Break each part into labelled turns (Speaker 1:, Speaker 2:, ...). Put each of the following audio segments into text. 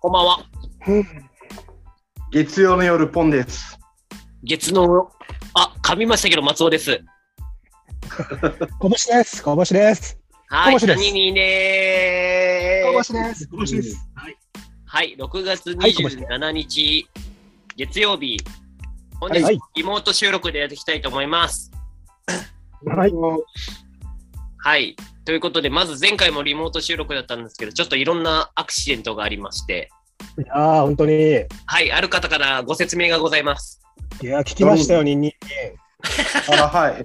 Speaker 1: こんばんは。
Speaker 2: 月曜の夜、ポンです。
Speaker 1: 月の、あ、噛みましたけど、松尾です。
Speaker 3: こぼしです。こぼしです。
Speaker 1: はい、
Speaker 3: 小星です
Speaker 1: 谷にねー
Speaker 3: です。こぼしです。
Speaker 1: はい、6月
Speaker 3: はい小星
Speaker 1: 27日、月曜日、本日、
Speaker 3: はい
Speaker 1: リモート収録でやっていきたいと思います。
Speaker 3: はい。
Speaker 1: はい、ということで、まず前回もリモート収録だったんですけど、ちょっといろんなアクシデントがありまして、
Speaker 3: いやー、本当に。い
Speaker 1: はい、ある方からご説明がございます。
Speaker 3: やー、聞きましたよ、ニンニン。
Speaker 2: あ、はい。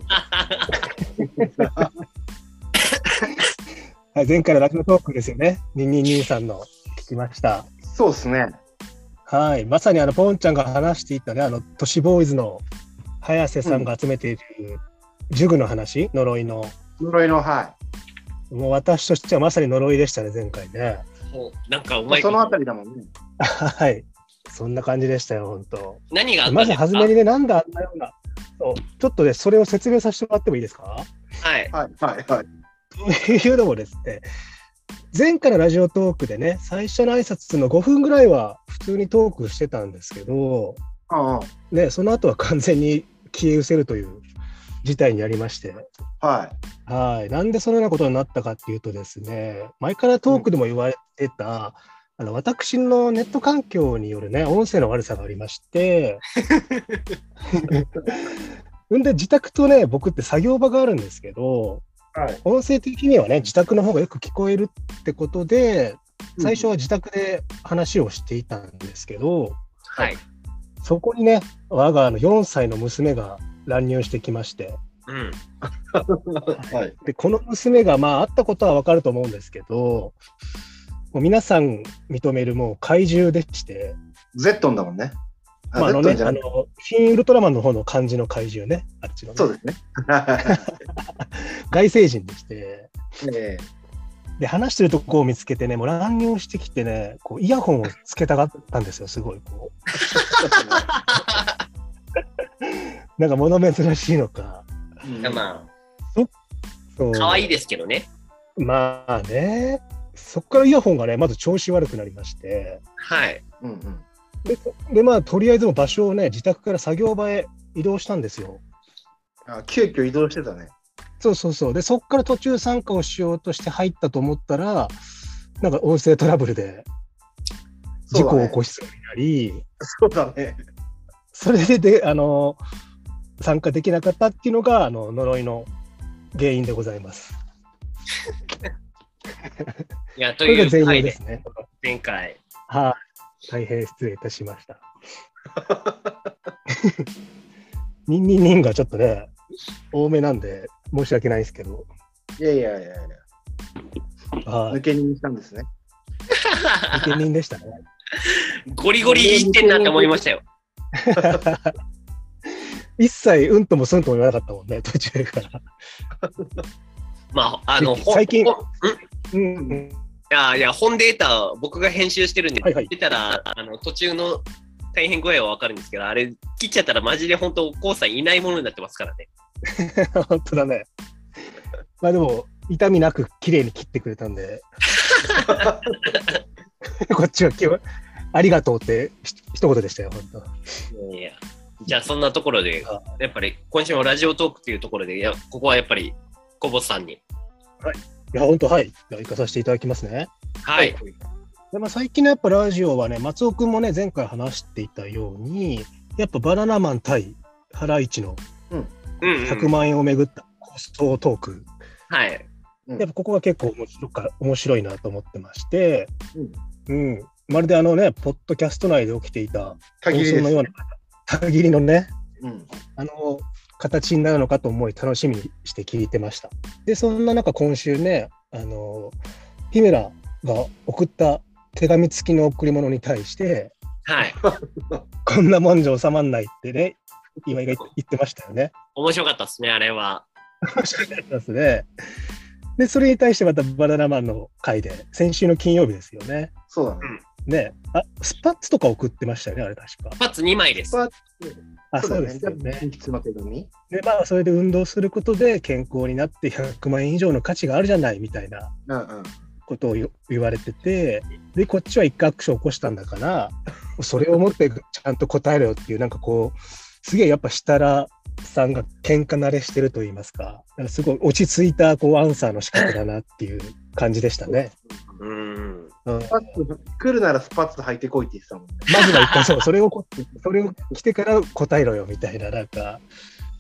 Speaker 3: はい、前回のラジオトークですよね。ニンニンニンさんの聞きました。
Speaker 2: そうですね。
Speaker 3: はい。まさにあの、ポンちゃんが話していたね、あの、都市ボーイズの早瀬さんが集めている、ジュグの話、呪いの。
Speaker 2: 呪いの、は
Speaker 3: もう私としてはまさに呪いでしたね、前回ね。
Speaker 1: なんかう
Speaker 2: い。
Speaker 1: まいこ
Speaker 2: そ
Speaker 1: と
Speaker 2: のあたりだもんね。
Speaker 3: はい。そんな感じでしたよ、本当。
Speaker 1: 何があったん
Speaker 3: まず
Speaker 1: ですか
Speaker 3: 初めにね、なんであんなような、そうちょっとね、それを説明させてもらってもいいですか
Speaker 1: はい、
Speaker 2: はい、はい、はい。
Speaker 3: というのもですね、前回のラジオトークでね、最初の挨拶の5分ぐらいは普通にトークしてたんですけど、
Speaker 2: うんうん、
Speaker 3: ね、その後は完全に消え失せるという事態になりまして、
Speaker 2: は
Speaker 3: はい、なんでそのようなことになったかっていうとですね、前からトークでも言われてた、あの私のネット環境によるね、音声の悪さがありまして、んで自宅とね、僕って作業場があるんですけど、
Speaker 2: い。はい。
Speaker 3: 音声的にはね自宅の方がよく聞こえるってことで
Speaker 2: うん
Speaker 3: 最初は自宅で話をしていたんですけど、
Speaker 1: はい、
Speaker 3: そこにね我があの4歳の娘が乱入してきまして
Speaker 1: うん、
Speaker 2: はい。
Speaker 3: でこの娘がまあ会ったことは分かると思うんですけどもう皆さん認めるもう怪獣でして、
Speaker 2: ゼットンだもんね。
Speaker 3: まあ、あ
Speaker 2: ゼ
Speaker 3: のね
Speaker 2: ットンじゃ
Speaker 3: あ
Speaker 2: ない。
Speaker 3: の新ウルトラマンの方の感じの怪獣ねあっちのね、
Speaker 2: そう ですね。は
Speaker 3: 外星人でして。
Speaker 2: いえ
Speaker 3: で話してるとこを見つけてねもう乱入してきてねこうイヤホンをつけたかったんですよすごいこうなんか物珍しいのか
Speaker 2: え
Speaker 1: まあ、
Speaker 3: そう
Speaker 1: 可愛いですけどね。
Speaker 3: まあねそこからイヤホンがねまず調子悪くなりまして
Speaker 1: はい、
Speaker 2: うんうん。
Speaker 3: ででまあとりあえずもう場所をね自宅から作業場へ移動したんですよ
Speaker 2: あ、急遽移動してたね。
Speaker 3: そうそうそうでそこから途中参加をしようとして入ったと思ったらなんか音声トラブルで事故を起こしそうになり、
Speaker 2: そうだね。
Speaker 3: それでであの参加できなかったっていうのがあの呪いの原因でございます。
Speaker 1: いや、と
Speaker 3: こ
Speaker 1: い
Speaker 3: れ
Speaker 1: う
Speaker 3: が全
Speaker 1: 回
Speaker 3: 員で
Speaker 1: です
Speaker 3: ね。
Speaker 1: 前回。
Speaker 3: はい、大変失礼いたしま した。ニンニンニンがちょっとね多めなんで申し訳ないですけど、
Speaker 2: いやいやいやいや。
Speaker 3: は
Speaker 2: 抜け荷にしたんですね。
Speaker 3: い、イケニンでしたね。
Speaker 1: ゴリゴリ言ってんなって思いましたよ。
Speaker 3: 一切うんともすんとも言わなかったもんね途中から。
Speaker 1: まあ、あの、ほん
Speaker 3: 最近
Speaker 1: ほんんい
Speaker 3: うん、
Speaker 1: や、いや、本データ、僕が編集してるんで、
Speaker 3: はいはい
Speaker 1: 出たら、あの、途中の大変声はわかるんですけど、あれ、切っちゃったらマジで本当、コウさんいないものになってますからね。
Speaker 3: 本当だね。まあでも痛みなく綺麗に切ってくれたん でこっちは今日ありがとうってひ一言でしたよ本当。
Speaker 1: いや、じゃあそんなところで
Speaker 3: あ、
Speaker 1: やっぱり今週もラジオトークっていうところで、いや、ここはやっぱり、コボさんに。
Speaker 3: いや、本当はい。じゃあ行かさせていただきますね。
Speaker 1: はい。
Speaker 3: でまあ、最近のやっぱラジオはね、松尾君もね、前回話していたように、やっぱバナナマン対ハライチの
Speaker 1: うん、う
Speaker 3: 100
Speaker 1: ん。
Speaker 3: 万円をめぐった構想トーク。
Speaker 1: はい。
Speaker 2: うん
Speaker 3: やっぱここが結構面白か面白いなと思ってまして、
Speaker 2: うん
Speaker 3: うん。まるであのね、ポッドキャスト内で起きていた、
Speaker 2: 限りで
Speaker 3: 温泉の
Speaker 2: す
Speaker 3: よう。な、限りのね、
Speaker 2: うん。
Speaker 3: あの形になるのかと思い楽しみにして聞いてました。でそんな中今週ねあのヒメラが送った手紙付きの贈り物に対して
Speaker 1: はい。
Speaker 3: こんなもんじゃ収まんないってね今井が言ってましたよね。
Speaker 1: 面白かったですね、あれは。
Speaker 3: ですね。でそれに対してまたバナナマンの回で先週の金曜日ですよね。
Speaker 2: そうだね。
Speaker 3: ねあスパッツとか送ってましたよねあれ確か。
Speaker 1: パッツ2枚です。
Speaker 3: あそうですよね。
Speaker 2: 必の手紙。
Speaker 3: でまあそれで運動することで健康になって100万円以上の価値があるじゃないみたいな
Speaker 2: うんうん。
Speaker 3: ことをよ言われててでこっちは一回アクション起こしたんだからそれをもってちゃんと答えろよっていうなんかこうすげえやっぱ設楽さんが喧嘩慣れしてると言いますかなんかすごい落ち着いたこうアンサーの仕方だなっていう感じでしたね。
Speaker 1: うん。
Speaker 3: うん
Speaker 2: スパッツ来るならスパッツ履いてこいって言ってたもんね。
Speaker 3: まずは一回そう、それをこ、それを着てから答えろよみたいな、なんか、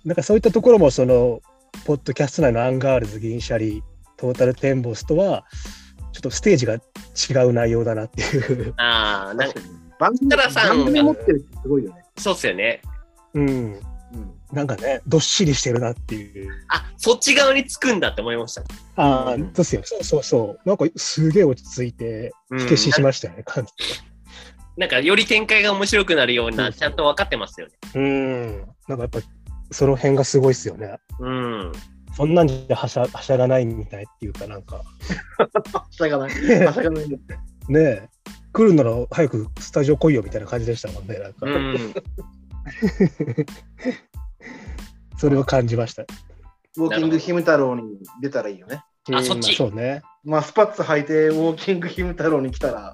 Speaker 3: なんかそういったところも、その、ポッドキャスト内のアンガールズ、銀シャリ、トータルテンボスとは、ちょっとステージが違う内容だなっていう。
Speaker 1: ああ、なんか
Speaker 2: 確かに番組
Speaker 1: 設楽さんが
Speaker 2: 番組持ってるってすごいよね。
Speaker 1: そうっすよね。
Speaker 3: うん。
Speaker 2: うん
Speaker 3: なんかね、どっしりしてるなっていう。
Speaker 1: あ、そっち側につくんだって思いました。
Speaker 3: ああ、
Speaker 2: うん
Speaker 3: ですよ。そうそうそう。なんかすげえ落ち着いて、
Speaker 1: うん
Speaker 3: 火消ししましたよね、感じ。
Speaker 1: なんかより展開が面白くなるよう
Speaker 3: そ
Speaker 1: な、
Speaker 3: うそう
Speaker 1: ちゃんと分かってますよね。
Speaker 3: うん。なんかやっぱ、その辺がすごいっすよね。
Speaker 1: うん。
Speaker 3: そんなんじゃはしゃはしゃがないみたいっていうか、なんか。
Speaker 2: はしゃがない。はしゃがないんだ。
Speaker 3: ねえ来るなら早くスタジオ来いよみたいな感じでしたもんねなんか、
Speaker 1: うん。
Speaker 3: それを感じました
Speaker 2: ウォーキングヒム太郎に出たらいいよね。
Speaker 1: あそっち
Speaker 3: まそうね
Speaker 2: まあ、スパッツ履いてウォーキングヒム太郎に来たら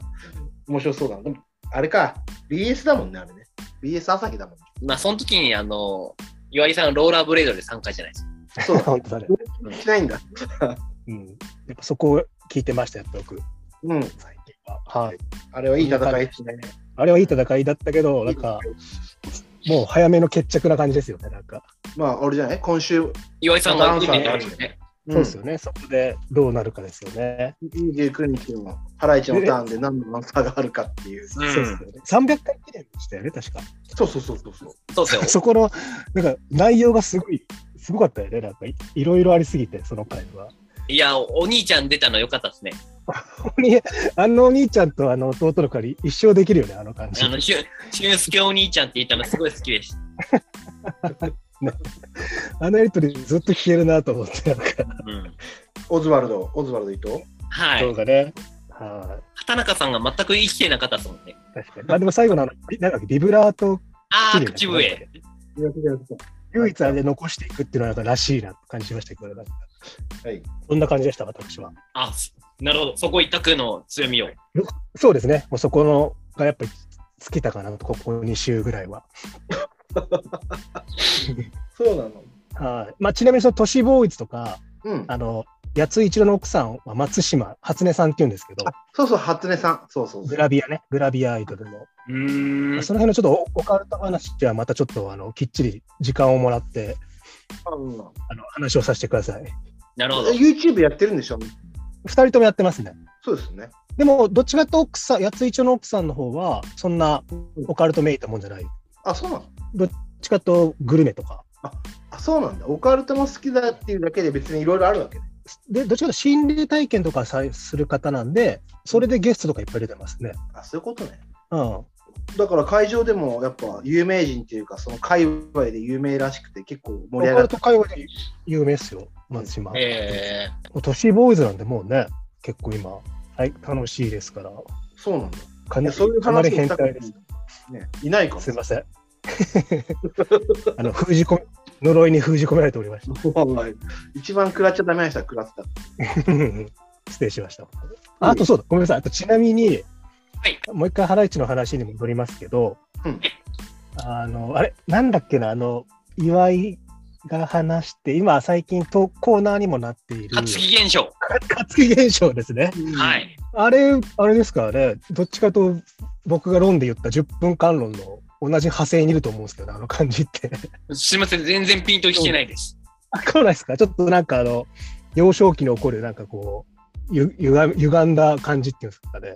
Speaker 2: 面白そうだな。でもあれか、BS だもんね、あれね。BS 朝日だもん、ね。
Speaker 1: まあ、その時に、あの、岩井さんローラーブレードで参加じゃないですか。
Speaker 2: そうだ。
Speaker 3: 本当だね、
Speaker 2: しないんだ。
Speaker 3: うん、やっぱそこを聞いてましたやっぱ僕
Speaker 2: うん。
Speaker 3: 最近ははい
Speaker 2: あれはいい戦いですね。
Speaker 3: あれはいい戦いだったけどなんかもう早めの決着な感じですよねなんか、
Speaker 2: まあ、あれじゃない今週、
Speaker 1: 岩井さんが出て
Speaker 2: ダ
Speaker 1: ま
Speaker 2: ン
Speaker 1: し
Speaker 2: サ
Speaker 1: た
Speaker 2: ー
Speaker 1: ね。
Speaker 2: うん、
Speaker 3: そうですよねそこでどうなるかですよね、
Speaker 2: 29日のハライチのターンで何の差があるかっていう。
Speaker 1: うん
Speaker 3: そうですよね300回記念でしたよね確か。
Speaker 2: そうそうそうそうそう。
Speaker 1: そうっすよ
Speaker 3: そこのなんか内容がすごいすごかったよねなんかいいろいろありすぎてその回はい
Speaker 1: や、お兄ちゃん出たのよかったですね。
Speaker 3: 本当にあのお兄ちゃんとあの弟の代わり一生できるよね、あの感じ
Speaker 1: あ。の、しゅんすけお兄ちゃんって言ったのすごい好きでした。
Speaker 3: あのやりとりずっと消えるなと思って、なんか、
Speaker 1: うん。
Speaker 2: オズワルド、オズワルド伊藤
Speaker 1: は
Speaker 3: 動
Speaker 1: い。
Speaker 3: 画ね。は
Speaker 1: 畑中さんが全く生きてなかったですもんね。
Speaker 3: い。確かに。まあでも最後のあの、ビなんだっけビブラート
Speaker 1: あ
Speaker 3: 切
Speaker 1: ー、
Speaker 3: る
Speaker 1: 口笛。
Speaker 3: 唯一あれで残していくっていうのはなんからしいなって感じましたけど、なんか
Speaker 2: はい。
Speaker 3: そんな感じでした、私は。
Speaker 1: あ、すなるほど。そこ一択の強みを。
Speaker 3: そうですね。もうそこのがやっぱり尽きたかなと、ここ2週ぐらいは。
Speaker 2: そうなの。
Speaker 3: はい。まあちなみにその都市ボーイズとか、
Speaker 2: うん。
Speaker 3: あの、八津一郎の奥さんは松島初音さんっていうんですけど、
Speaker 2: そうそう、初音さん。そうそうそ
Speaker 3: グ
Speaker 2: う。
Speaker 3: ラビアね、グラビアアイドルの。
Speaker 1: うーん。
Speaker 3: その辺のちょっとオオカルト話はまたちょっとあのきっちり時間をもらって
Speaker 2: うん
Speaker 3: あの話をさせてください。
Speaker 1: なるほど。
Speaker 2: YouTube やってるんでしょ
Speaker 3: 2人ともやってますね。
Speaker 2: そうですね。
Speaker 3: でも、どっちかというと奥さん、八つ一の奥さんの方は、そんなオカルトめいたもんじゃない。どっ
Speaker 2: あ、そうなの
Speaker 3: ちかというとグルメとか。
Speaker 2: あ、そうなんだ。オカルトも好きだっていうだけで別にいろいろあるわけね。
Speaker 3: で、どっちかというと心霊体験とかさする方なんで、それでゲストとかいっぱい出てますね。
Speaker 2: あ、そういうことね。
Speaker 3: うん。
Speaker 2: だから会場でもやっぱ有名人っていうか、その界隈で有名らしくて結構
Speaker 3: オ
Speaker 2: 盛り上
Speaker 3: カ
Speaker 2: がっ
Speaker 3: ル
Speaker 2: て
Speaker 3: ト界隈で有名っすよ、松島。
Speaker 1: え
Speaker 3: もう都市ボーイズなんで、もうね、結構今、はい、楽しいですから、
Speaker 2: そうなんだ。
Speaker 3: か
Speaker 2: い
Speaker 3: な
Speaker 2: やそういう
Speaker 3: りかなり
Speaker 2: 話をし
Speaker 3: 変
Speaker 2: たく
Speaker 3: 態
Speaker 2: て
Speaker 3: です。
Speaker 2: ね、いないかも。
Speaker 3: すいません。 あの封じ込め呪いに封じ込められておりまし
Speaker 2: はい 一番食らっちゃダメな人は食らってた。
Speaker 3: た。失礼しました。あとそうだ、ごめんなさい。あとちなみに、
Speaker 1: はい
Speaker 3: もう一回ハライチの話に戻りますけど、
Speaker 2: うん
Speaker 3: あのあれなんだっけなあの岩井が話して今最近とコーナーにもなってい
Speaker 1: ー、
Speaker 3: る
Speaker 1: 活気現象。
Speaker 3: 活気現象ですね。
Speaker 1: は
Speaker 2: うん。
Speaker 1: い。
Speaker 3: あれあれですからね。どっちかというと僕が論で言った10分間論の同じ派生にいると思うんですけど、あの感じって。
Speaker 1: すいません。全然ピンときてないです。
Speaker 3: あ、来ないですかちょっとなんかあの、幼少期に起こるなんかこう、ゆゆが歪んだ感じっていうんですかね。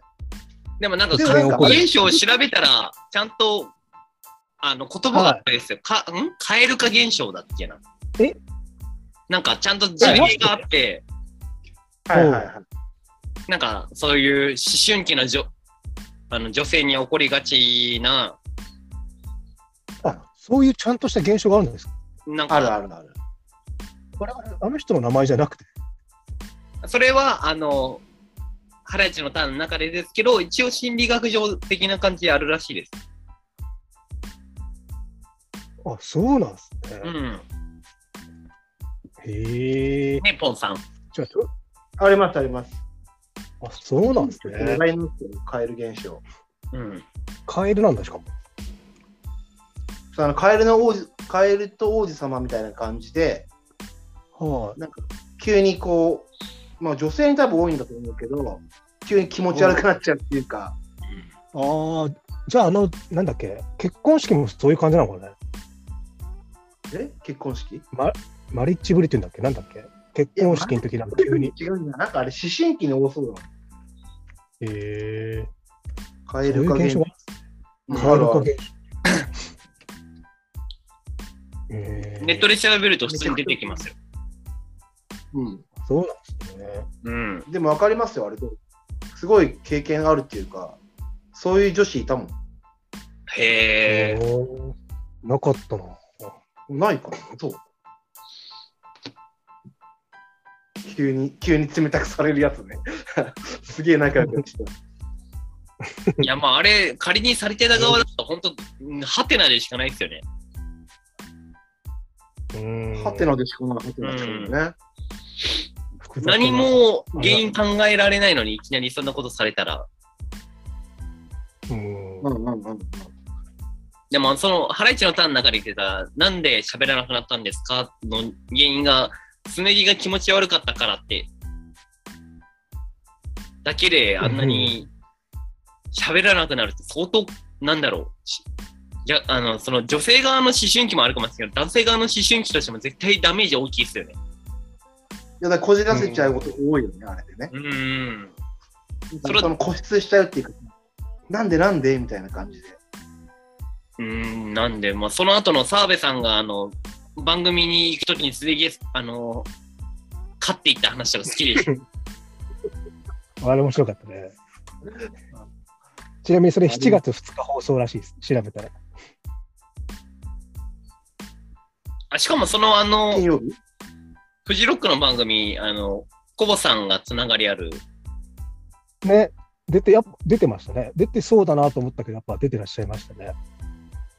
Speaker 1: でもなんか、
Speaker 2: でもなんか
Speaker 1: 活気現象を調べたら、ちゃんと、あの、言葉があったですよ。か、んカエル化現象だっけな。
Speaker 3: え
Speaker 1: なんか、ちゃんと事例があって、
Speaker 2: はいはいはい。
Speaker 1: なんか、そういう思春期の女、あの、女性に起こりがちな、
Speaker 3: あ、そういうちゃんとした現象があるんですか
Speaker 1: なん
Speaker 2: ある
Speaker 1: か、
Speaker 2: あるある。
Speaker 3: これはあの人の名前じゃなくて。
Speaker 1: それは、あの、ハライチのターンの中でですけど、一応心理学上的な感じであるらしいです。
Speaker 3: あ、そうなんですね。
Speaker 1: うん。
Speaker 3: へえ。
Speaker 1: ね、ポンさん。
Speaker 3: じゃあちょ
Speaker 2: ありますあります。
Speaker 3: あ、そうなんです
Speaker 2: ちょっと話
Speaker 3: ね。
Speaker 2: 題になってるカエル現象。
Speaker 1: うん。
Speaker 3: カエルなんだしかも。
Speaker 2: そのカエルの王子、カエルと王子様みたいな感じで、
Speaker 3: は
Speaker 2: なんか急にこう、まあ女性に多分多いんだと思うけど、急に気持ち悪くなっちゃうっていうか、
Speaker 3: い、ああ、じゃあ、あの、なんだっけ、結婚式もそういう感じなのかね。
Speaker 2: え結婚式
Speaker 3: マリッジぶりって言うんだっけ、なんだっけ。結婚式の時なんか急に。
Speaker 2: 違うんだ。なんかあれ、思春期に多そうだな。
Speaker 3: ええ
Speaker 2: カエ
Speaker 3: ー、そう
Speaker 2: ル
Speaker 3: い
Speaker 2: 加
Speaker 3: う現
Speaker 2: 減
Speaker 3: 象。が。
Speaker 2: うん
Speaker 3: カエル
Speaker 2: あるあ
Speaker 3: 化
Speaker 2: る
Speaker 3: 現象。えー、
Speaker 1: ネットで調べると普通に出てきますよ。
Speaker 2: うん
Speaker 3: そうなんですね。
Speaker 1: うん。
Speaker 2: でも分かりますよ、あれどう。すごい経験あるっていうか、そういう女子いたもん。
Speaker 1: へえ。
Speaker 3: おーなかったな。
Speaker 2: ないかな、そう。急に、急に冷たくされるやつね。 すげえ仲良くしてた。
Speaker 1: いや、まあ、あれ、仮にされてた側だと、本当ハテナでしかないですよね。
Speaker 3: うん
Speaker 2: ハテナでしかない、ハテナでしかないね。
Speaker 3: 複雑な
Speaker 1: 何も原因考えられないのに、いきなりそんなことされたら。
Speaker 3: うん
Speaker 2: うんうんうんうん。
Speaker 1: でも、その、ハライチのターンの中で言ってた、なんで喋らなくなったんですかの原因が、すねぎが気持ち悪かったからって、だけであんなに喋らなくなるって相当、なんだろうし。いや、あの、その女性側の思春期もあるかもしれないけど、男性側の思春期としても絶対ダメージ大きいですよね。
Speaker 2: いやだからこじらせちゃうこと多いよね、あれでね。
Speaker 1: うーん。
Speaker 2: そ
Speaker 1: それ
Speaker 2: の固執しちゃうっていうか、なんでなんでみたいな感じで。
Speaker 1: うーん、なんで、まあ、その後の澤部さんが、あの、番組に行くときにすでに、あの、勝っていった話が好きで した。
Speaker 3: あれ面白かったね。ちなみにそれ7月2日放送らしいです。調べたら。
Speaker 1: あしかも、その、あの
Speaker 2: 金、曜日
Speaker 1: フジロックの番組、あの、コボさんがつながりある。
Speaker 3: ね、出てやっぱ出てましたね。出てそうだなと思ったけど、やっぱ出てらっしゃいましたね。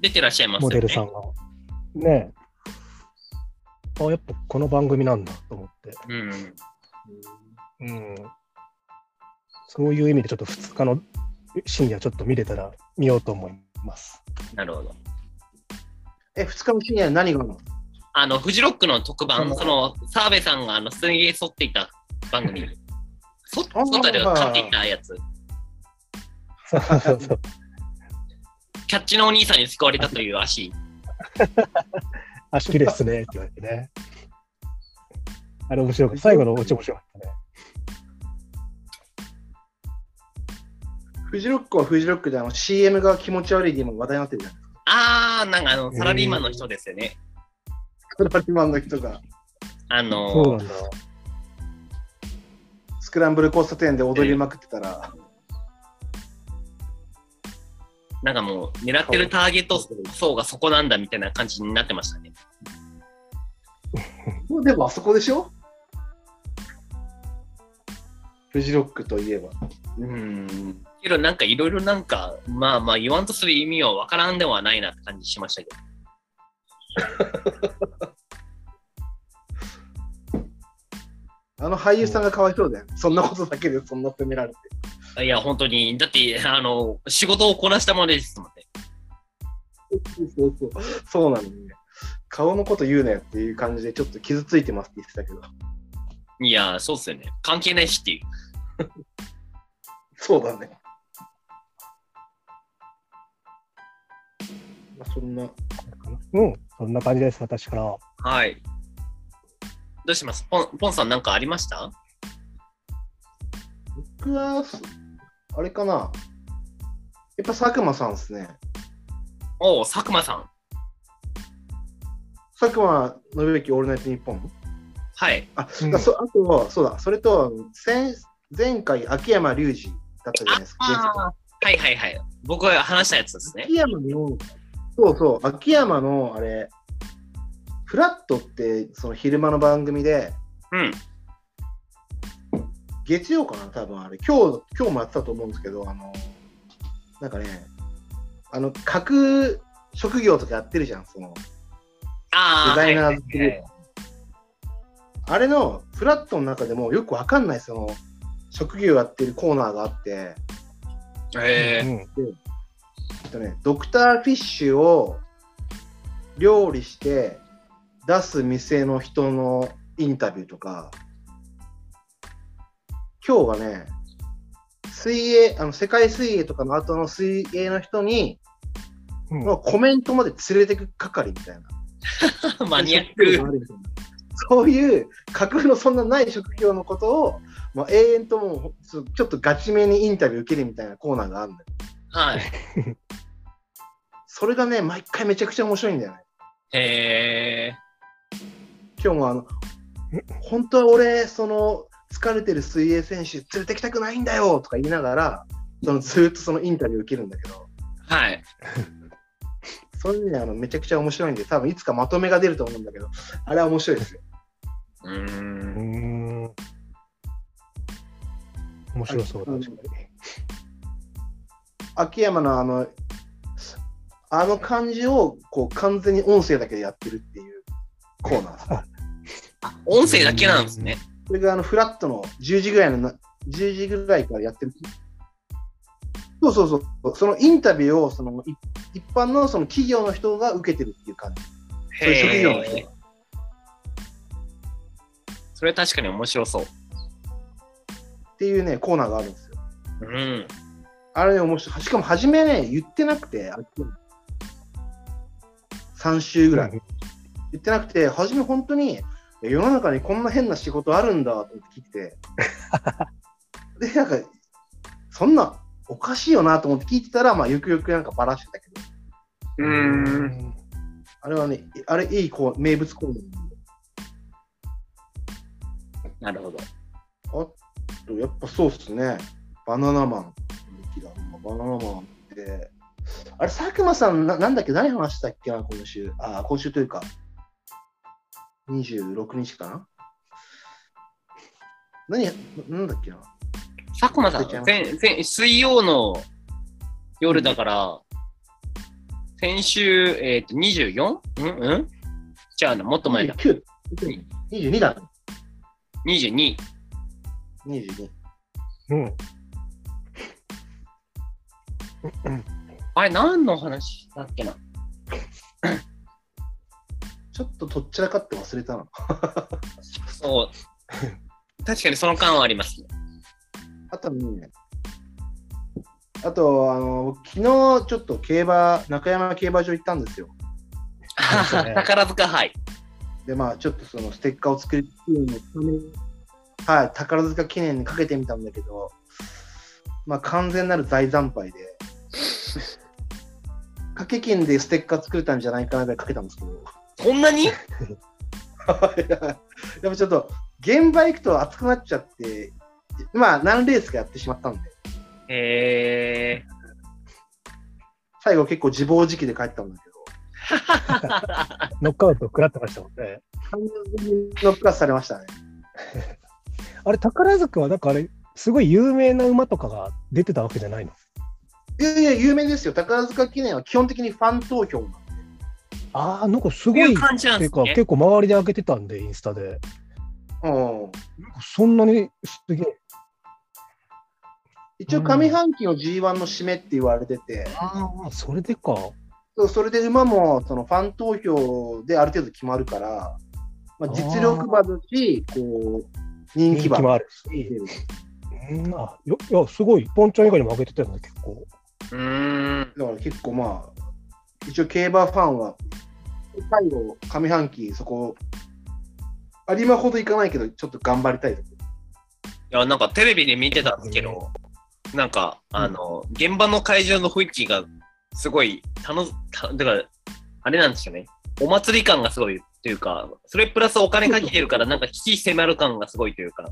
Speaker 1: 出てらっしゃいますよ
Speaker 3: モ
Speaker 1: ね。
Speaker 3: デルさんが。ねえ。あ、やっぱこの番組なんだと思って。
Speaker 1: うん。
Speaker 3: うん。そういう意味で、ちょっと2日の深夜、ちょっと見れたら見ようと思い ます。
Speaker 1: なるほど。
Speaker 2: え、2日の深夜に何があるの
Speaker 1: あの、フジロックの特
Speaker 2: う
Speaker 1: 番、
Speaker 2: ん
Speaker 1: その、澤部さんが、あの、すでに沿っていた番組。 そ
Speaker 2: あー
Speaker 1: 沿ったでは勝っていったやつ。
Speaker 3: そうそうそう。
Speaker 1: キャッチのお兄さんに救われたという足。
Speaker 3: 足綺麗っすねって言われてね。あれ面白かった。最後のオチ面白かったね。
Speaker 2: フジロックはフジロックであの CM が気持ち悪いで今話題になってるじゃないですか。
Speaker 1: あー、なんかあの、サラリーマンの人ですよね。
Speaker 2: サラリーマンの人が
Speaker 1: あの
Speaker 3: そうなんだ。
Speaker 2: スクランブル交差点で踊りまくってたら、
Speaker 1: なんかもう、狙ってるターゲット層がそこなんだみたいな感じになってましたね。
Speaker 2: もうでもあそこでしょフジロックといえば。
Speaker 1: うん。けどなんかいろいろなんか、まあまあ言わんとする意味はわからんではないなって感じしましたけど。
Speaker 2: あの俳優さんがかわいそうだよね。そんなことだけでそんな責められて。
Speaker 1: いや、本当に、だって、あの、仕事をこなしたものですもんね。
Speaker 2: そうそうそう。そうなのね。顔のこと言うなよっていう感じでちょっと傷ついてますって言ってたけど。
Speaker 1: いや、そうっすよね。関係ないしっていう。
Speaker 2: そうだね。まあ、そんな。
Speaker 3: うん、そんな感じです、私からは。
Speaker 1: はい。どうしますポンポンさんなんかありました
Speaker 2: 僕は、あれかな。やっぱ佐久間さんですね。
Speaker 1: おう、佐久間さん。
Speaker 2: 佐久間信之オールナイトニッポン。
Speaker 1: はい。
Speaker 2: あ、
Speaker 3: うん
Speaker 2: だそあと、そうだ、それと、あの先前回、秋山隆二だったじゃないですか。原作
Speaker 1: はいはいはい。僕が話したやつですね
Speaker 2: 秋。山の、そうそう、秋山の、あれ、フラットって、その昼間の番組で、
Speaker 1: うん。
Speaker 2: 月曜かな、多分あれ、今日、今日もやってたと思うんですけど、あの、なんかね、あの、架空職業とかやってるじゃん、その、
Speaker 1: ああ。
Speaker 2: デザイナ
Speaker 1: はい
Speaker 2: ーズグループあれのフラットの中でもよくわかんないその職業やってるコーナーがあって、
Speaker 1: ええ
Speaker 3: うん
Speaker 2: えっとね、ドクターフィッシュを料理して出す店の人のインタビューとか、今日はね、水泳、あの世界水泳とかの後の水泳の人に、
Speaker 3: うん
Speaker 2: のコメントまで連れてく係みたいな。
Speaker 1: マニアッ
Speaker 2: そ
Speaker 1: ク。
Speaker 2: ういう職業もあるみたいな そういう架空のそんなない職業のことを、まあ、永遠ともうそうちょっとガチめにインタビュー受けるみたいなコーナーがあるんだよ。
Speaker 1: はい。
Speaker 2: それがね、毎回めちゃくちゃ面白いんだよね。
Speaker 1: へえ。
Speaker 2: 今日もあの、本当は俺、その、疲れてる水泳選手連れてきたくないんだよとか言いながら、そのずーっとそのインタビュー受けるんだけど、
Speaker 1: はい。
Speaker 2: そういうね、あのめちゃくちゃ面白いんで、多分いつかまとめが出ると思うんだけど、あれは面白いですよ。
Speaker 1: うー。
Speaker 3: うんん面白そう
Speaker 2: あの
Speaker 3: 確か
Speaker 2: 秋山のあの、あの感じをこう完全に音声だけでやってるっていうコーナー。
Speaker 1: 音声だけなんですね。
Speaker 2: それがあのフラットの10時ぐらいのな、10時ぐらいからやってる。そうそうそう。そのインタビューをそのい一般のその企業の人が受けてるっていう感じ。そういう職業の人
Speaker 1: へえ。それは確かに面白そう。
Speaker 2: っていうね、コーナーがあるんですよ。
Speaker 1: うん。
Speaker 2: あれね、面白い。しかも初めね、言ってなくて、あ3週ぐらい。
Speaker 3: に
Speaker 2: 言ってなくて、初め本当に、え世の中にこんな変な仕事あるんだと思って聞いて、で、なんか、そんなおかしいよなと思って聞いてたら、まあ、ゆくゆくなんかばらしてたけど、
Speaker 1: う
Speaker 3: うん
Speaker 1: ーん。
Speaker 3: ん
Speaker 2: あれはね、あれいいこう名物コーナーな
Speaker 1: な
Speaker 2: んで
Speaker 1: るほど。
Speaker 2: あと、やっぱそうっすね、バナナマン。バナナマンって、あれ、佐久間さんな、なんだっけ、何話したっけな、今週。あ、今週というか、26日かな。何、ななんだっけな。
Speaker 1: 佐久間さ
Speaker 2: 出ちゃい
Speaker 1: ん、
Speaker 2: ま
Speaker 1: 先先水曜の夜だから、先週、えっ、と、24? うんうんじゃあ、もっと前だ。
Speaker 2: 29 22だ。
Speaker 1: 22。
Speaker 2: 22。
Speaker 3: うん
Speaker 1: あれ、何の話だっけな
Speaker 2: ちょっととっちらかって忘れたな。
Speaker 1: そう。確かにその感はありますね。
Speaker 2: あとね、あと、あの、昨日ちょっと競馬、中山競馬場行ったんですよ。
Speaker 3: そうですね
Speaker 1: 宝塚杯。
Speaker 2: で、まあ、ちょっとそのステッカーを作るっていうのをためにはい、宝塚記念にかけてみたんだけど、まあ、完全なる大惨敗で、 掛け金でステッカー作れたんじゃないかなぐらいかけたんですけど、
Speaker 1: こんなに
Speaker 2: やっぱちょっと、現場行くと熱くなっちゃって、まあ、何レースかやってしまったんで、
Speaker 1: へえ。
Speaker 2: 最後結構自暴自棄で帰ったんだけど、
Speaker 3: ノックアウト食らってましたもんね
Speaker 2: 完全にノックアウトされましたね。
Speaker 3: あれ宝塚はなんかあれすごい有名な馬とかが出てたわけじゃないの
Speaker 2: いやいや、有名ですよ。宝塚記念は基本的にファン投票なんで。
Speaker 3: ああなんかす
Speaker 1: こ
Speaker 3: ご
Speaker 1: うい
Speaker 3: いう
Speaker 1: 感じなん
Speaker 3: っ
Speaker 1: で
Speaker 3: ていう
Speaker 1: す
Speaker 3: か
Speaker 1: ね。
Speaker 3: 結構周りで上げてたんでインスタで
Speaker 2: うん、
Speaker 3: そんなにすげえ
Speaker 2: 一応、上半期の G1 の締めって言われてて、
Speaker 3: ああそれでか
Speaker 2: そうそれで馬もそのファン投票である程度決まるから、まあ、実力馬だし、こう人気
Speaker 3: 人
Speaker 2: 馬
Speaker 3: 気もあ
Speaker 2: っ
Speaker 3: る
Speaker 2: て
Speaker 3: し
Speaker 2: いう
Speaker 3: うんあよいやすごいポンちゃん以外にも上げてたよね結構
Speaker 1: うーん。
Speaker 2: だから結構まあ、一応競馬ファンは、最後、上半期、そこ、有馬ほどいかないけど、ちょっと頑張りたいとこ
Speaker 1: いや、なんかテレビで見てたんですけど、なんか、あの、現場の会場の雰囲気がすごい楽し、ただから、あれなんですよね。お祭り感がすごいというか、それプラスお金かけてるから、なんか危機迫る感がすごいというか。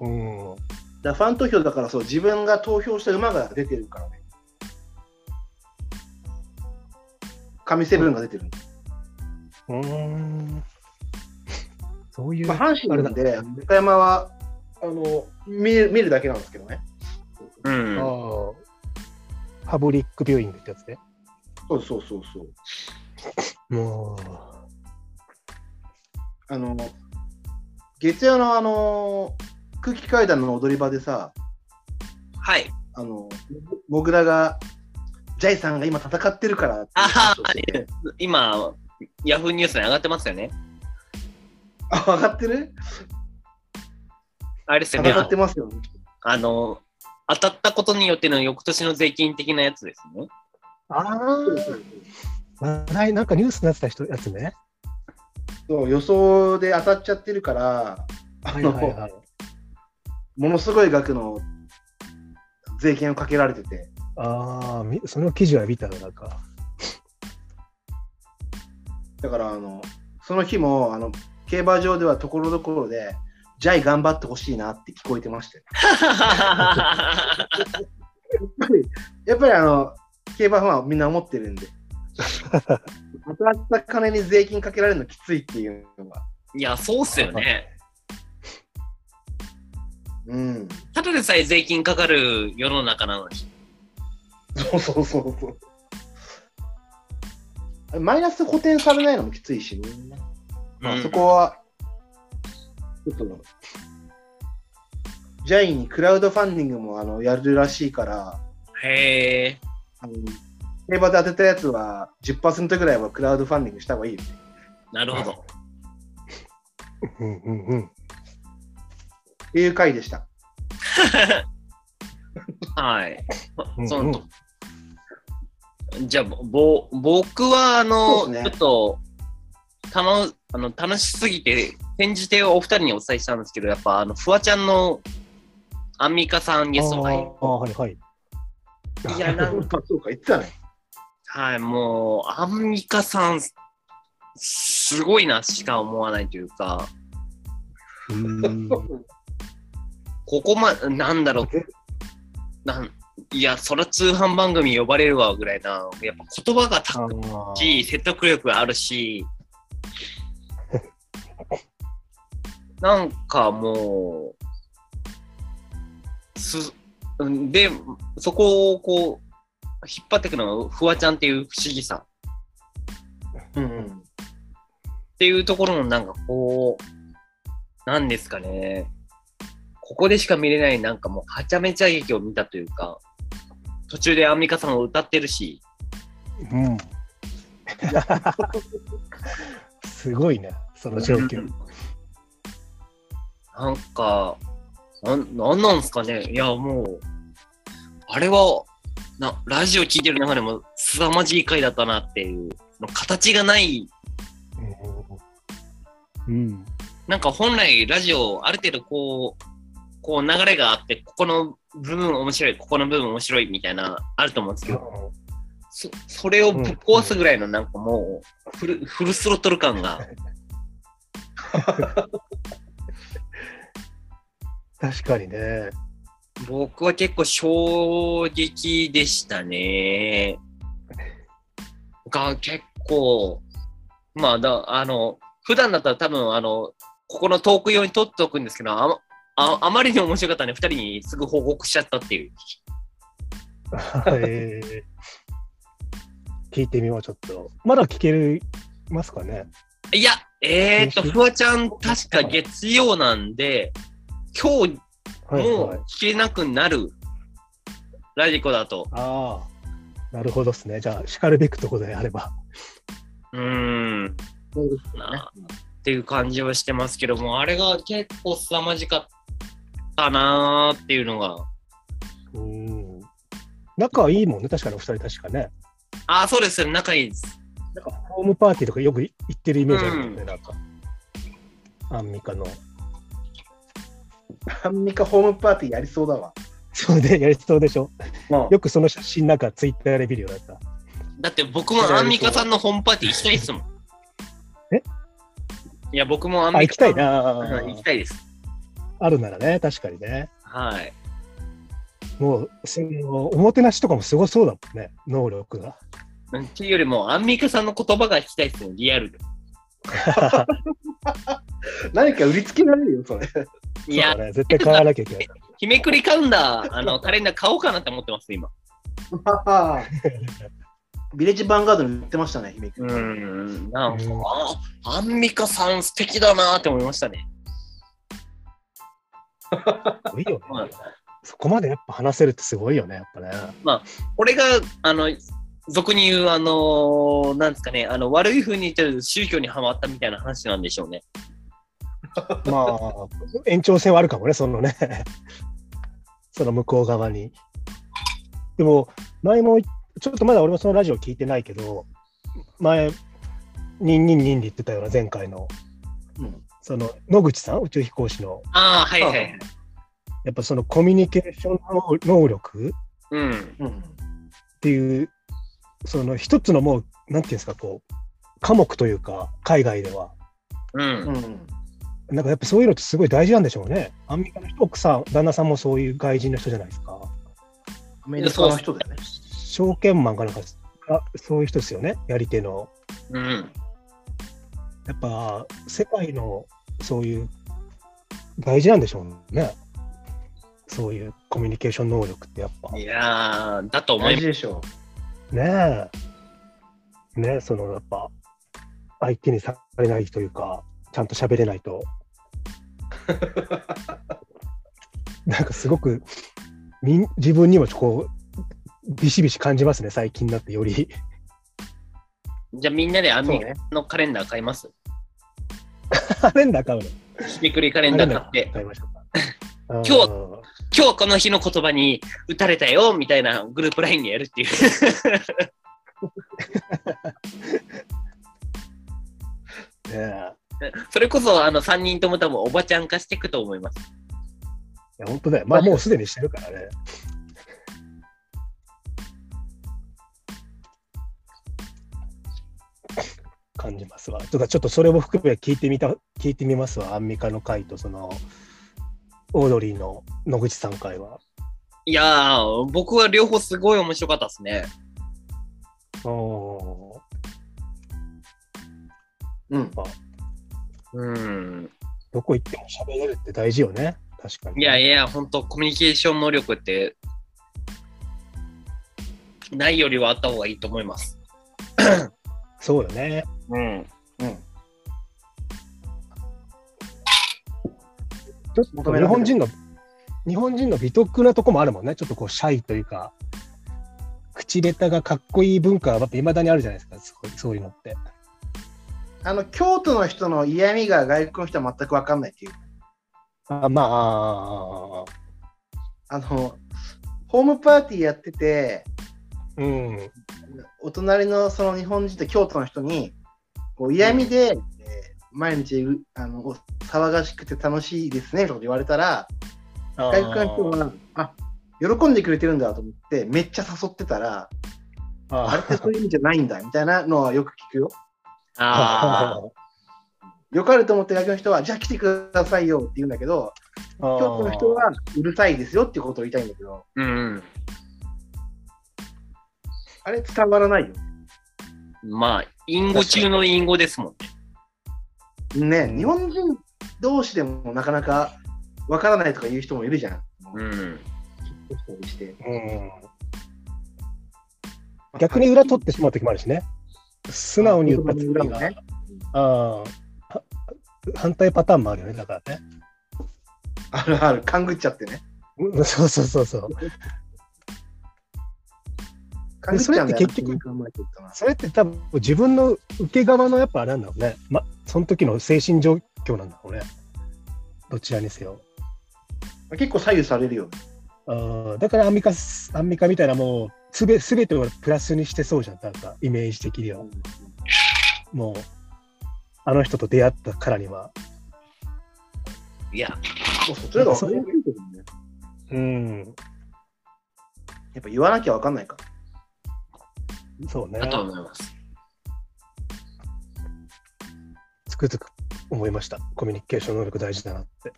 Speaker 3: うん
Speaker 2: だからファン投票だからそう、自分が投票した馬が出てるからね。上セブンが出てる。
Speaker 3: うんそういう
Speaker 2: まあ、阪神なんで、中山は、あの、見る見るだけなんですけどね。
Speaker 1: うん。
Speaker 3: ああパブリックビューイングってやつね
Speaker 2: そうそうそうそう。
Speaker 3: も
Speaker 2: あの、月曜のあの、空気階段の踊り場でさ、
Speaker 1: はい。
Speaker 2: あの、モグラが、ジャイさんが今戦ってるからっていう
Speaker 1: あは
Speaker 2: 話をしてて
Speaker 1: 今、ヤフーニュースに上がってますよね。
Speaker 2: あ、分かってる
Speaker 1: あれですよね。
Speaker 2: 戦ってますよね。
Speaker 1: あの、当たったことによっての翌年の税金的なやつですね。
Speaker 3: ああ、ない、なんかニュースになってた人やつね。
Speaker 2: そう予想で当たっちゃってるから、あ
Speaker 3: はい
Speaker 2: の
Speaker 3: はいはい。
Speaker 2: ものすごい額の税金をかけられてて、
Speaker 3: ああ、みその記事は見たのなんか。
Speaker 2: だからあのその日もあの競馬場ではところどころで、ジャイ頑張ってほしいなって聞こえてましたよ。やっぱり、 やっぱりあの競馬ファンはみんな思ってるんで、当たった金に税金かけられるのきついっていうのが。
Speaker 1: いや、そうっすよね。
Speaker 2: うん、
Speaker 1: ただでさえ税金かかる世の中なのに。
Speaker 2: そうそうそうそうあれ。マイナス補填されないのもきついしね、まあ、そこは、ちょっと、ジャイにクラウドファンディングもあのやるらしいから、
Speaker 1: へえ。
Speaker 2: あの競馬で当てたやつは10%ぐらいはクラウドファンディングした方がいいよね。
Speaker 1: なるほど。
Speaker 3: うんうんうん。
Speaker 2: っていう回でした。
Speaker 1: はい。
Speaker 3: うんうん
Speaker 1: そのとじゃあ、ぼ僕は、あの、
Speaker 2: そうです
Speaker 1: ちょ
Speaker 2: ね
Speaker 1: っと、たのあの楽しすぎて、展示艇をお二人にお伝えしたんですけど、やっぱ、あの、フワちゃんのアンミカさんゲスト会。
Speaker 3: あーはいはい。
Speaker 1: いや、なん
Speaker 2: か、そうか、言ってたね。
Speaker 1: はい、もう、アンミカさん、すごいなしか思わないというか、
Speaker 3: うーん
Speaker 1: ここま、なんだろう、なんいや、そら通販番組呼ばれるわぐらいな、やっぱ言葉が
Speaker 3: あ
Speaker 1: 高
Speaker 3: ー
Speaker 1: いし、説得力があるし、 なんかもう、す、うんで、そこをこう、引っ張っていくのがフワちゃんっていう不思議さ。
Speaker 2: うんうん。
Speaker 1: っていうところのなんかこう、なんですかね。ここでしか見れないなんかもうはちゃめちゃ劇を見たというか、途中でアンミカさんも歌ってるし、
Speaker 3: うん。すごいね、その状況。
Speaker 1: なんか、なんなんなんすかね。いやもう、あれは、なラジオ聴いてる中でも凄まじい回だったなっていう、の形がない、
Speaker 3: うん。
Speaker 1: なんか本来ラジオある程度こう、こう流れがあって、ここの部分面白い、ここの部分面白いみたいな、あると思うんですけど、そそれをぶっ壊すぐらいのなんかもうフル,、フルスロットル感が
Speaker 3: 確かにね。
Speaker 1: 僕は結構衝撃でしたね。が結構まあだあの普段だったら多分あのここのトーク用に撮っておくんですけどあまああまりに面白かったんで2人にすぐ報告しちゃったっていう。
Speaker 3: えー聞いてみよう、ちょっと。まだ聞けるますかね。
Speaker 1: いや、えー、っと、
Speaker 3: 編集
Speaker 1: フワちゃん、確か月曜なんで、今日
Speaker 3: はい
Speaker 1: も
Speaker 3: は
Speaker 1: う
Speaker 3: い。
Speaker 1: 聞けなくなる、ラジコだと。
Speaker 3: ああ、なるほどですね。じゃあ、しかるべきとこであれば。
Speaker 1: うーん。なっていう感じはしてますけども、あれが結構凄まじかったなーっていうのが。
Speaker 3: うん。仲いいもんね、確かにお二人、確かね。
Speaker 1: ああ、そうですよ、仲いいです。
Speaker 3: なんかホームパーティーとかよく行ってるイメージあるよね、なんか。アンミカの。
Speaker 2: アンミカホームパーティーやりそうだわ。
Speaker 3: そうで、やりそうでしょ。
Speaker 2: も
Speaker 3: よくその写真なんかツイッターで見るようになった。
Speaker 1: だって僕もアンミカさんのホームパーティー行きたいっすもん。
Speaker 3: え
Speaker 1: いや、僕もアン
Speaker 3: あ、
Speaker 1: ミカ
Speaker 3: 行きた
Speaker 1: さん
Speaker 3: いな。
Speaker 1: うん行きたいです。
Speaker 3: あるならね、確かにね。
Speaker 1: はい。
Speaker 3: もう、その、おもてなしとかもすごそうだもんね、能力が。
Speaker 1: うんっていうよりも、アンミカさんの言葉が聞きたいっすね、リアルで。
Speaker 2: う何か売りつけられるよ、それ。
Speaker 1: いや
Speaker 3: そう、だね、絶対買わなきゃいけない。
Speaker 1: 日めくりカウンダー、あ の、カレンダー買おうかなって思ってます、今。
Speaker 2: ビレッジヴァンガードに売ってましたね、姫
Speaker 1: う
Speaker 2: 君。
Speaker 1: ーん、なんか、あアンミカさん素敵だなーって思いましたね。
Speaker 3: すごいよね
Speaker 1: そうなんだ。
Speaker 3: そこまでやっぱ話せるってすごいよね、やっぱね。
Speaker 1: 俺が、あの、俗に言う、あの、なんですかね、あの、悪い風に言ってる宗教にはまったみたいな話なんでしょうね。
Speaker 3: まあ、延長線はあるかもね、そのね、 その向こう側に。でも、前も、ちょっとまだ俺もそのラジオ聞いてないけど、前、ニンニンニンで言ってたような前回の、
Speaker 2: うん
Speaker 3: その野口さん、宇宙飛行士の、
Speaker 1: ああ、はいはいはい。
Speaker 3: やっぱそのコミュニケーション能力
Speaker 1: うん。
Speaker 2: うん。
Speaker 3: っていう、その一つのもう、なんていうんですか、こう、科目というか、海外では。
Speaker 1: う。
Speaker 2: うんん。
Speaker 3: なんかやっぱそういうのってすごい大事なんでしょうね。アンミカの人、奥さん、旦那さんもそういう外人の人じゃないですか。
Speaker 2: アメリカの人だよね。
Speaker 3: 証券マンかなんかあそういう人ですよね、やり手の。
Speaker 1: うん。
Speaker 3: やっぱ世界のそういう大事なんでしょうね。そういうコミュニケーション能力ってやっぱ。
Speaker 1: い
Speaker 3: ね
Speaker 1: やー、だと思い
Speaker 2: 大
Speaker 1: ます
Speaker 2: 事。でしょ
Speaker 3: え。ねえ、そのやっぱ相手にされないというか、ちゃんと喋れない と。なんかすごくみん自分にもこうビシビシ感じますね、最近になってより。
Speaker 1: じゃあみんなでアンミ
Speaker 2: そう
Speaker 1: カ
Speaker 2: ね
Speaker 1: のカレンダー買います。
Speaker 3: カレンダー買うの。
Speaker 1: ひねくりカレンダー買って、
Speaker 3: 買い ましたか。今
Speaker 1: 日は今日この日の言葉に打たれたよみたいなグループラインでやるっていう。
Speaker 3: ねえ
Speaker 1: それこそあの3人とも多分おばちゃん化していくと思います。
Speaker 3: いや本当だよ。まあもうすでにしてるからね。感じますわ。とかちょっとそれも含め聞いてみた聞いてみますわ。アンミカの回とそのオードリーの野口さん回は。
Speaker 1: いやー、僕は両方すごい面白かったですね。
Speaker 3: お
Speaker 2: う。うん。
Speaker 1: うん。
Speaker 3: どこ行っても喋れるって大事よね。確かに。
Speaker 1: いやいや、本当コミュニケーション能力って、ないよりはあった方がいいと思います。
Speaker 3: そうよね。
Speaker 1: うん。
Speaker 2: うん。
Speaker 3: ちょっと日本人の日本人の美徳なとこもあるもんね。ちょっとこうシャイというか。口下手がかっこいい文化はやっぱ未だにあるじゃないですか、すごいそういうのって。
Speaker 2: あの、京都の人の嫌味が外国の人は全く分かんないっていう。
Speaker 3: あまああー、
Speaker 2: あの、ホームパーティーやってて、
Speaker 3: うん。
Speaker 2: お隣のその日本人と京都の人に、こう嫌味で、えー毎日うあのお騒がしくて楽しいですねとか言われたら、外国の人は、あ喜んでくれてるんだと思って、めっちゃ誘ってたら、あれ
Speaker 3: あ
Speaker 2: ってそういう意味じゃないんだみたいなのはよく聞くよ。
Speaker 1: あ
Speaker 2: よかると思って外国の人は、じゃあ来てくださいよって言うんだけど、
Speaker 3: ーあー
Speaker 2: 京都の人はうるさいですよってことを言いたいんだけど、
Speaker 1: ー、うん。
Speaker 2: あれ伝わらないよ。
Speaker 1: まあ、隠語中の隠語ですもんね。
Speaker 2: ね日本人同士でもなかなかわからないとか言う人もいるじゃん。
Speaker 1: うん。
Speaker 2: して
Speaker 3: うん逆に裏取ってしまう時もあるしね。素直に言った時
Speaker 2: 言葉の裏
Speaker 3: が、
Speaker 2: もね
Speaker 3: あーは反対パターンもあるよね、だからね。
Speaker 2: あるある、勘ぐっちゃってね。
Speaker 3: うんそうそうそうそう。
Speaker 2: 勘ぐっちゃうんだよな
Speaker 3: それって結局
Speaker 2: 自分考えてるとな
Speaker 3: それって多分自分の受け側のやっぱあれなんだろうね、ま、その時の精神状況なんだろうねどちらにせよ
Speaker 2: 結構左右されるよね。
Speaker 3: あーだからアンミカすアンミカみたいなもうすべ全てをプラスにしてそうじゃんなんかイメージ的にはもうあの人と出会ったからにはい
Speaker 1: や、
Speaker 2: そうそうそれが分かりやすいけどね。
Speaker 3: うん
Speaker 2: やっぱ言わなきゃ分かんない から。
Speaker 3: そうね
Speaker 1: だと思います。
Speaker 3: つくづく思いましたコミュニケーション能力大事だな って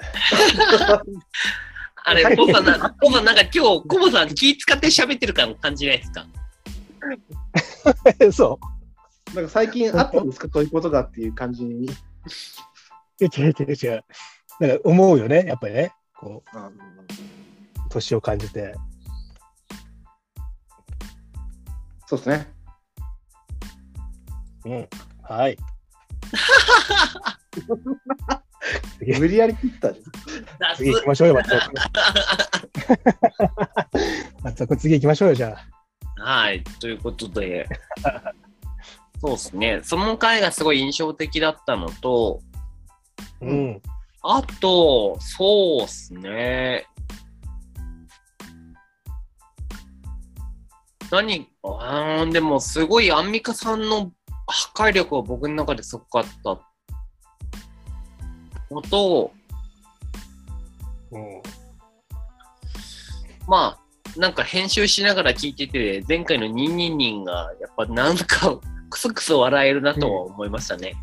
Speaker 1: あれ、コボさんな、コボさんなんか今日、コボさん気使って喋ってる感感じないですか
Speaker 3: えそう
Speaker 2: なんか最近あったんですか、そういうことがっていう感じに。
Speaker 3: いや違う違う違うなんか思うよねやっぱりねこう
Speaker 2: あ
Speaker 3: 年を感じて
Speaker 2: そうですね。
Speaker 3: うんはい次
Speaker 2: 無理やり切ったじゃん。
Speaker 1: だ
Speaker 3: 次行きま しょうよ、松尾君。松尾君、次行きましょうよ、じゃ
Speaker 1: はい、ということ で、そうですね、その回がすごい印象的だったのと、
Speaker 3: あ。うん。
Speaker 1: あと、そうですね。何あーでもすごいアンミカさんの破壊力は僕の中ですごかったのと、
Speaker 3: うん
Speaker 1: まあ、なんか編集しながら聞いてて、前回のニンニンニンが、やっぱなんか、クソクソ笑えるなとは思いましたね。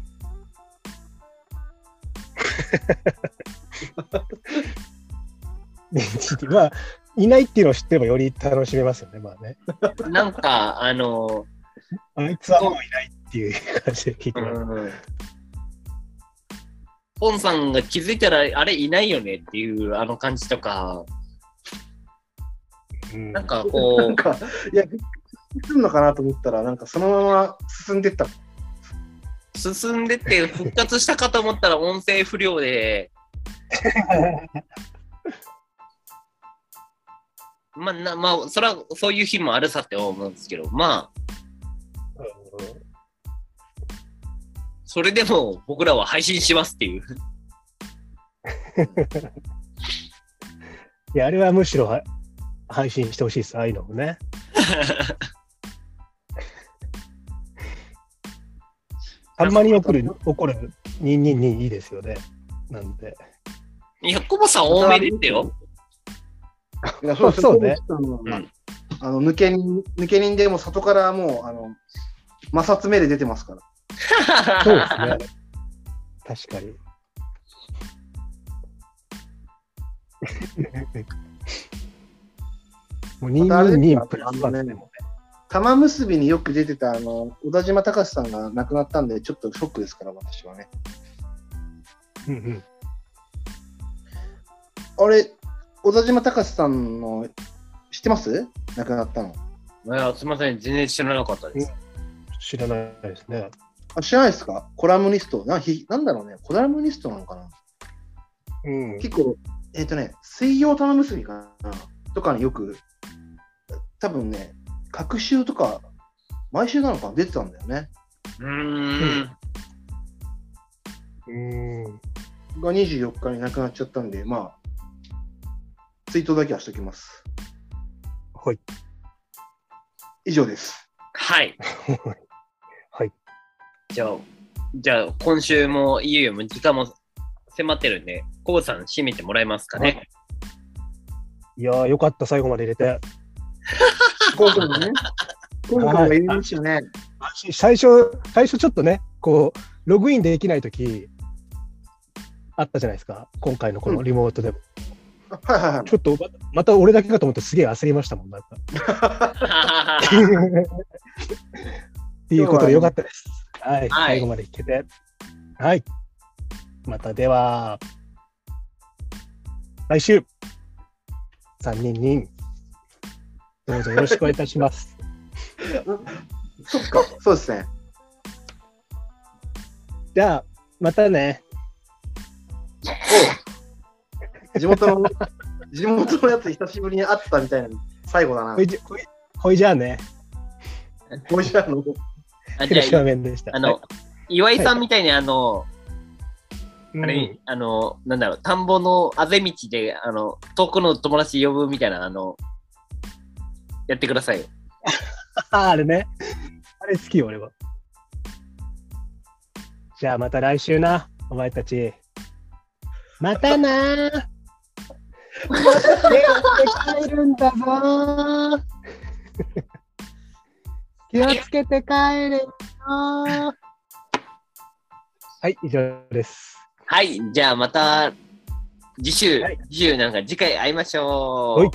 Speaker 3: ベンチってまあ、いないっていうのを知ってればより楽しめますよね、まあね。
Speaker 1: なんか、あの、
Speaker 3: あいつはもういないっていう感じで聞いてます。
Speaker 1: うんポンさんが気づいたら、あれいないよねっていうあの感じとか、
Speaker 3: うん
Speaker 1: なんか
Speaker 2: な
Speaker 1: こ
Speaker 2: んか、いや、進むのかなと思ったら、なんかそのまま進んでった。
Speaker 1: う、進んでって復活したかと思ったら音声不良で、まあ、なまあ、それはそういう日もあるさって思うんですけど、まあ、それでも僕らは配信しますっていう。
Speaker 3: いや、あれはむしろは配信してほしいです、ああいうのも ね。たんまに怒る、怒る、にににいいですよね。なんで。
Speaker 1: いや、コボさん多めですよ。
Speaker 2: いや
Speaker 3: そうそうね。
Speaker 2: あの
Speaker 1: ん
Speaker 2: あの抜け人、抜け人でも外からもう、あの、摩擦目で出てますから。
Speaker 3: そうですね。確かに。 もう2
Speaker 2: またあれです
Speaker 3: 2
Speaker 2: ね
Speaker 3: にプラスワンでも
Speaker 2: 玉結びによく出てた、あの、小田島隆さんが亡くなったんで、ちょっとショックですから、私はね。
Speaker 3: ね。うんうん
Speaker 2: あれ、小田島隆さんの、知ってます亡くなったの。
Speaker 1: いやすみません、全然知らなかったです。
Speaker 3: 知らないですね。
Speaker 2: あ知らないですかコラムニストなひ。なんだろうね。コラムニストなのかな
Speaker 3: うん。
Speaker 2: 結構、えっ、とね、水曜玉結びかなとかによく、多分ね、各週とか、毎週なのかな出てたんだよね。
Speaker 1: うーん。
Speaker 3: うん
Speaker 2: が24日に亡くなっちゃったんで、まあ、ツイートだけはしときます。
Speaker 3: はい。
Speaker 2: 以上です。
Speaker 1: はい。
Speaker 3: はい。
Speaker 1: じゃあ、じゃあ今週もいよいよもう時間も迫ってるんで、コボさん締めてもらえますかね。
Speaker 3: いやー、よかった、最後まで入れて。
Speaker 2: 今回もね、今回も言いましたね。
Speaker 3: 最初、最初ちょっとね、こう、ログインできないとき、あったじゃないですか、今回のこのリモートでも。
Speaker 2: あはいはいはい。
Speaker 3: ちょっとま、また俺だけかと思って、すげえ焦りましたもん、なんか。っていうことでよかったです。はい、
Speaker 1: はい
Speaker 3: 最後まで聞けて。はい。またでは、来週、3人に、どうぞよろしくお願いいたします。
Speaker 2: そっか、そうですね。
Speaker 3: じゃあ、またね。
Speaker 2: おう地元の、地元のやつ久しぶりに会ったみたいなの最後だな
Speaker 3: ほ。いじほいほいじゃあね。
Speaker 2: おいしゃの。
Speaker 1: あじゃ
Speaker 3: 広島
Speaker 1: あ、
Speaker 3: 弁でした。
Speaker 1: あ
Speaker 3: はい
Speaker 1: の、、岩井さんみたいにあの、
Speaker 3: うん
Speaker 1: あれ、あの、なんだろう、田んぼのあぜ道で、あの、遠くの友達呼ぶみたいな、あの、やってくださいよ。
Speaker 3: ああれね。あれ好きよ、俺は。じゃあまた来週な、お前たち。またなー。気をつけて帰るんだぞ ー。気をつけて帰れよー。はい、以上です。
Speaker 1: はい、じゃあまた、次週、
Speaker 3: はい
Speaker 1: 次週なんか次回会いましょう。
Speaker 3: はい